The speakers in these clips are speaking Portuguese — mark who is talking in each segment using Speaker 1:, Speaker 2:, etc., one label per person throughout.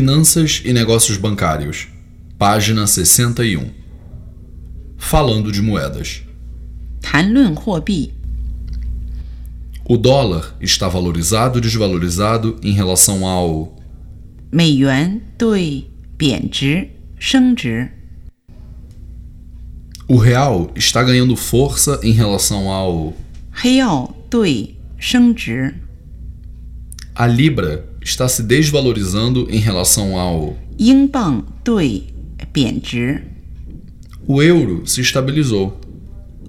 Speaker 1: Finanças e Negócios Bancários, página 61. Falando de moedas.
Speaker 2: 谈论货币，
Speaker 1: O dólar está valorizado e desvalorizado em relação ao.
Speaker 2: 美元对贬值、升值，
Speaker 1: O real está ganhando força em relação ao.
Speaker 2: 黑曜对升值，
Speaker 1: A libra está se desvalorizando em relação ao.
Speaker 2: 英镑对贬值，
Speaker 1: O euro se estabilizou.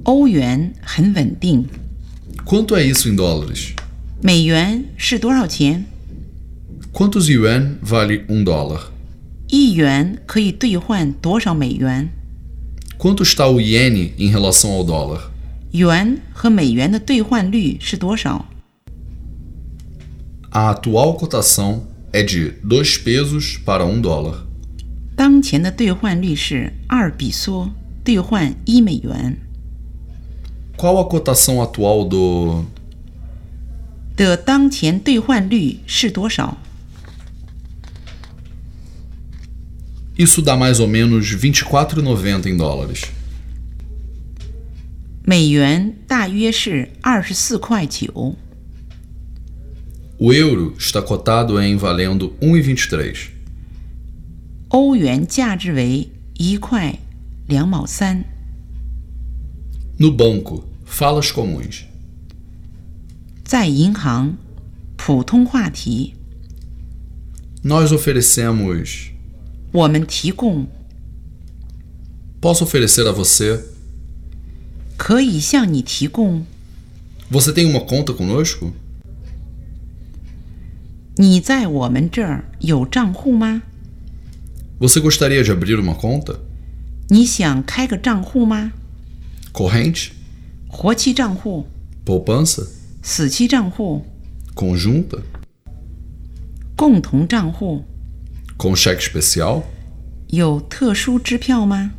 Speaker 2: 欧元很稳定。
Speaker 1: Quanto é isso em dólares?
Speaker 2: 美元是多少钱？
Speaker 1: Quantos yuan vale um dólar?
Speaker 2: 一元可以兑换多少美元？
Speaker 1: Quanto está o iene em relação ao dólar?
Speaker 2: 元和美元的兑换率是多少？
Speaker 1: A atual cotação é de 2 pesos para 1 dólar.
Speaker 2: 当前的兑换率是二比索兑换一美元
Speaker 1: Qual a cotação atual do.
Speaker 2: 的当前兑换率是多少？
Speaker 1: Isso dá mais ou menos 24,90 em dólares.
Speaker 2: 美元大约是二十四块九，
Speaker 1: O euro está cotado em valendo 1,23.
Speaker 2: 欧元价值为一块两毛三。
Speaker 1: No banco, falas comuns.
Speaker 2: 在银行，普通话题，
Speaker 1: Nós oferecemos.
Speaker 2: 我们提供
Speaker 1: Posso oferecer a você.
Speaker 2: 可以向你提供，
Speaker 1: Você tem uma conta conosco?
Speaker 2: 你在我们这儿有账户吗？
Speaker 1: Você gostaria de abrir uma conta?
Speaker 2: 你想开个账户吗？
Speaker 1: Corrente?
Speaker 2: 活期账户、
Speaker 1: Poupança?
Speaker 2: 死期账户、
Speaker 1: Conjunta?
Speaker 2: 共同账户，
Speaker 1: Com cheque especial?
Speaker 2: 有特殊支票吗？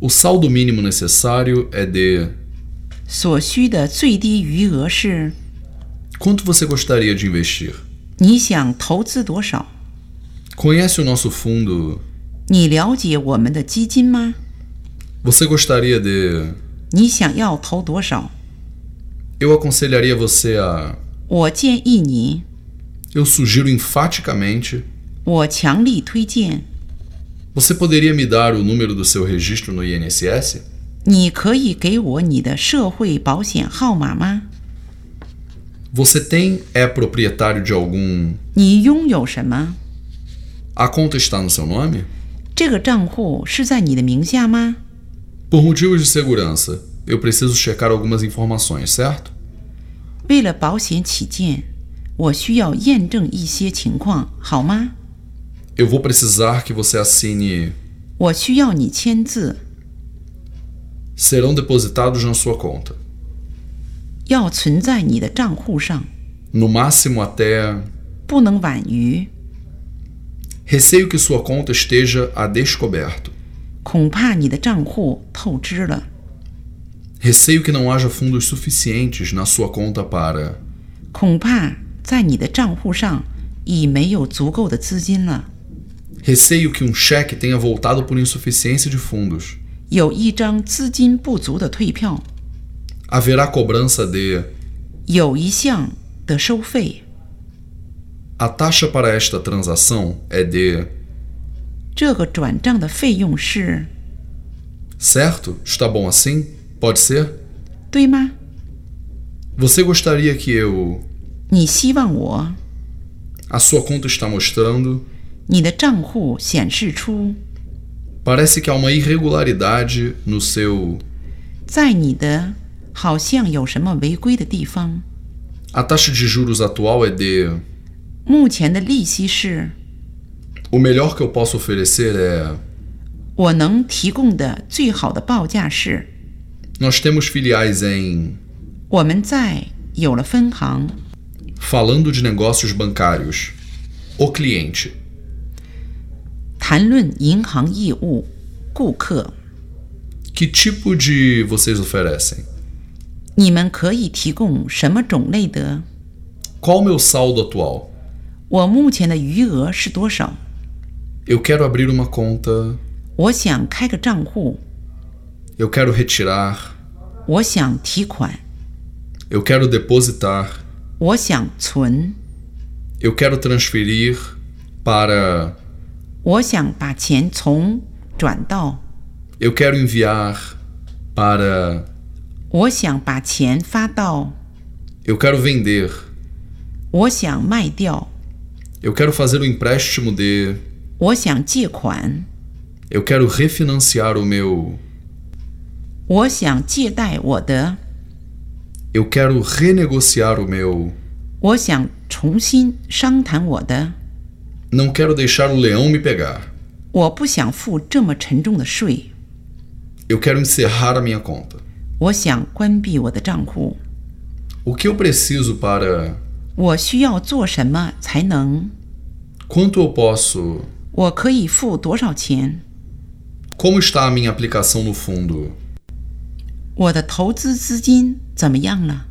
Speaker 1: O saldo mínimo necessário é de.
Speaker 2: 所需的最低余额是？
Speaker 1: Quanto você gostaria de investir?
Speaker 2: 你想投资多少？
Speaker 1: Conhece o nosso fundo?
Speaker 2: 你了解我们的基金吗？
Speaker 1: Você gostaria de.
Speaker 2: 你想要投多少？
Speaker 1: Eu aconselharia você a.
Speaker 2: 我建议你，
Speaker 1: Eu sugiro enfaticamente.
Speaker 2: 我强力推荐，
Speaker 1: Você poderia me dar o número do seu registro no INSS?
Speaker 2: 你可以给我你的社会保险号码吗？
Speaker 1: Você tem é proprietário de algum.
Speaker 2: 你拥有什么？
Speaker 1: A conta está no seu nome?
Speaker 2: 这个账户是在你的名下吗？
Speaker 1: Por motivos de segurança, eu preciso checar algumas informações, certo?
Speaker 2: 为了保险起见，我需要验证一些情况，好吗？
Speaker 1: Eu vou precisar que você assine.
Speaker 2: 我需要你签字，
Speaker 1: Serão depositados na sua conta.
Speaker 2: 要存在你的账户上，
Speaker 1: No máximo até.
Speaker 2: 不能晚于。
Speaker 1: Receio que sua conta esteja a descoberto.
Speaker 2: 恐怕你的账户透支了，
Speaker 1: Receio que não haja fundos suficientes na sua conta para.
Speaker 2: 恐怕在你的账户上已没有足够的资金了。
Speaker 1: Receio que um cheque tenha voltado por insuficiência de fundos.
Speaker 2: 有一张资金不足的退票，
Speaker 1: Haverá cobrança de.
Speaker 2: 有一项的收费，
Speaker 1: A taxa para esta transação é de.
Speaker 2: 这个转账的费用是
Speaker 1: Certo? Está bom assim? Pode ser?
Speaker 2: 对吗？
Speaker 1: Você gostaria que eu.
Speaker 2: 你希望我
Speaker 1: A sua conta está mostrando.
Speaker 2: 你的账户显示出
Speaker 1: Parece que há uma irregularidade no seu.
Speaker 2: 在你的好像有什么违规的地方。
Speaker 1: A taxa de juros atual é de.
Speaker 2: 目前的利息是
Speaker 1: O melhor que eu posso oferecer é.
Speaker 2: 我能提供的最好的报价是，
Speaker 1: Nós temos filiais em.
Speaker 2: 我们在有了分行，
Speaker 1: Falando de negócios bancários. O cliente.
Speaker 2: 谈论银行业务、顾客，
Speaker 1: Que tipo de vocês oferecem?
Speaker 2: 你们可以提供什么种类的？
Speaker 1: Qual o meu saldo atual?
Speaker 2: 我目前的余额是多少？
Speaker 1: Eu quero abrir uma conta.
Speaker 2: 我想开个账户，
Speaker 1: Eu quero retirar.
Speaker 2: 我想提款，
Speaker 1: Eu quero depositar.
Speaker 2: 我想存，
Speaker 1: Eu quero transferir para.
Speaker 2: 我想把钱从转到，
Speaker 1: Eu quero enviar para.
Speaker 2: 我想把钱发到，
Speaker 1: Eu quero vender.
Speaker 2: 我想卖掉，
Speaker 1: Eu quero fazer o empréstimo de.
Speaker 2: 我想借款，
Speaker 1: Eu quero refinanciar o meu.
Speaker 2: 我想借贷我的，
Speaker 1: Eu quero renegociar o meu.
Speaker 2: 我想重新商谈我的，
Speaker 1: Não quero deixar o leão me pegar.
Speaker 2: 我不想付这么沉重的税，
Speaker 1: Eu quero encerrar a minha conta.
Speaker 2: 我想关闭我的账户，
Speaker 1: O que eu preciso para.
Speaker 2: 我需要做什么才能？
Speaker 1: Quanto eu posso.
Speaker 2: 我可以付多少钱？
Speaker 1: Como está a minha aplicação no fundo?
Speaker 2: 我的投资资金怎么样了？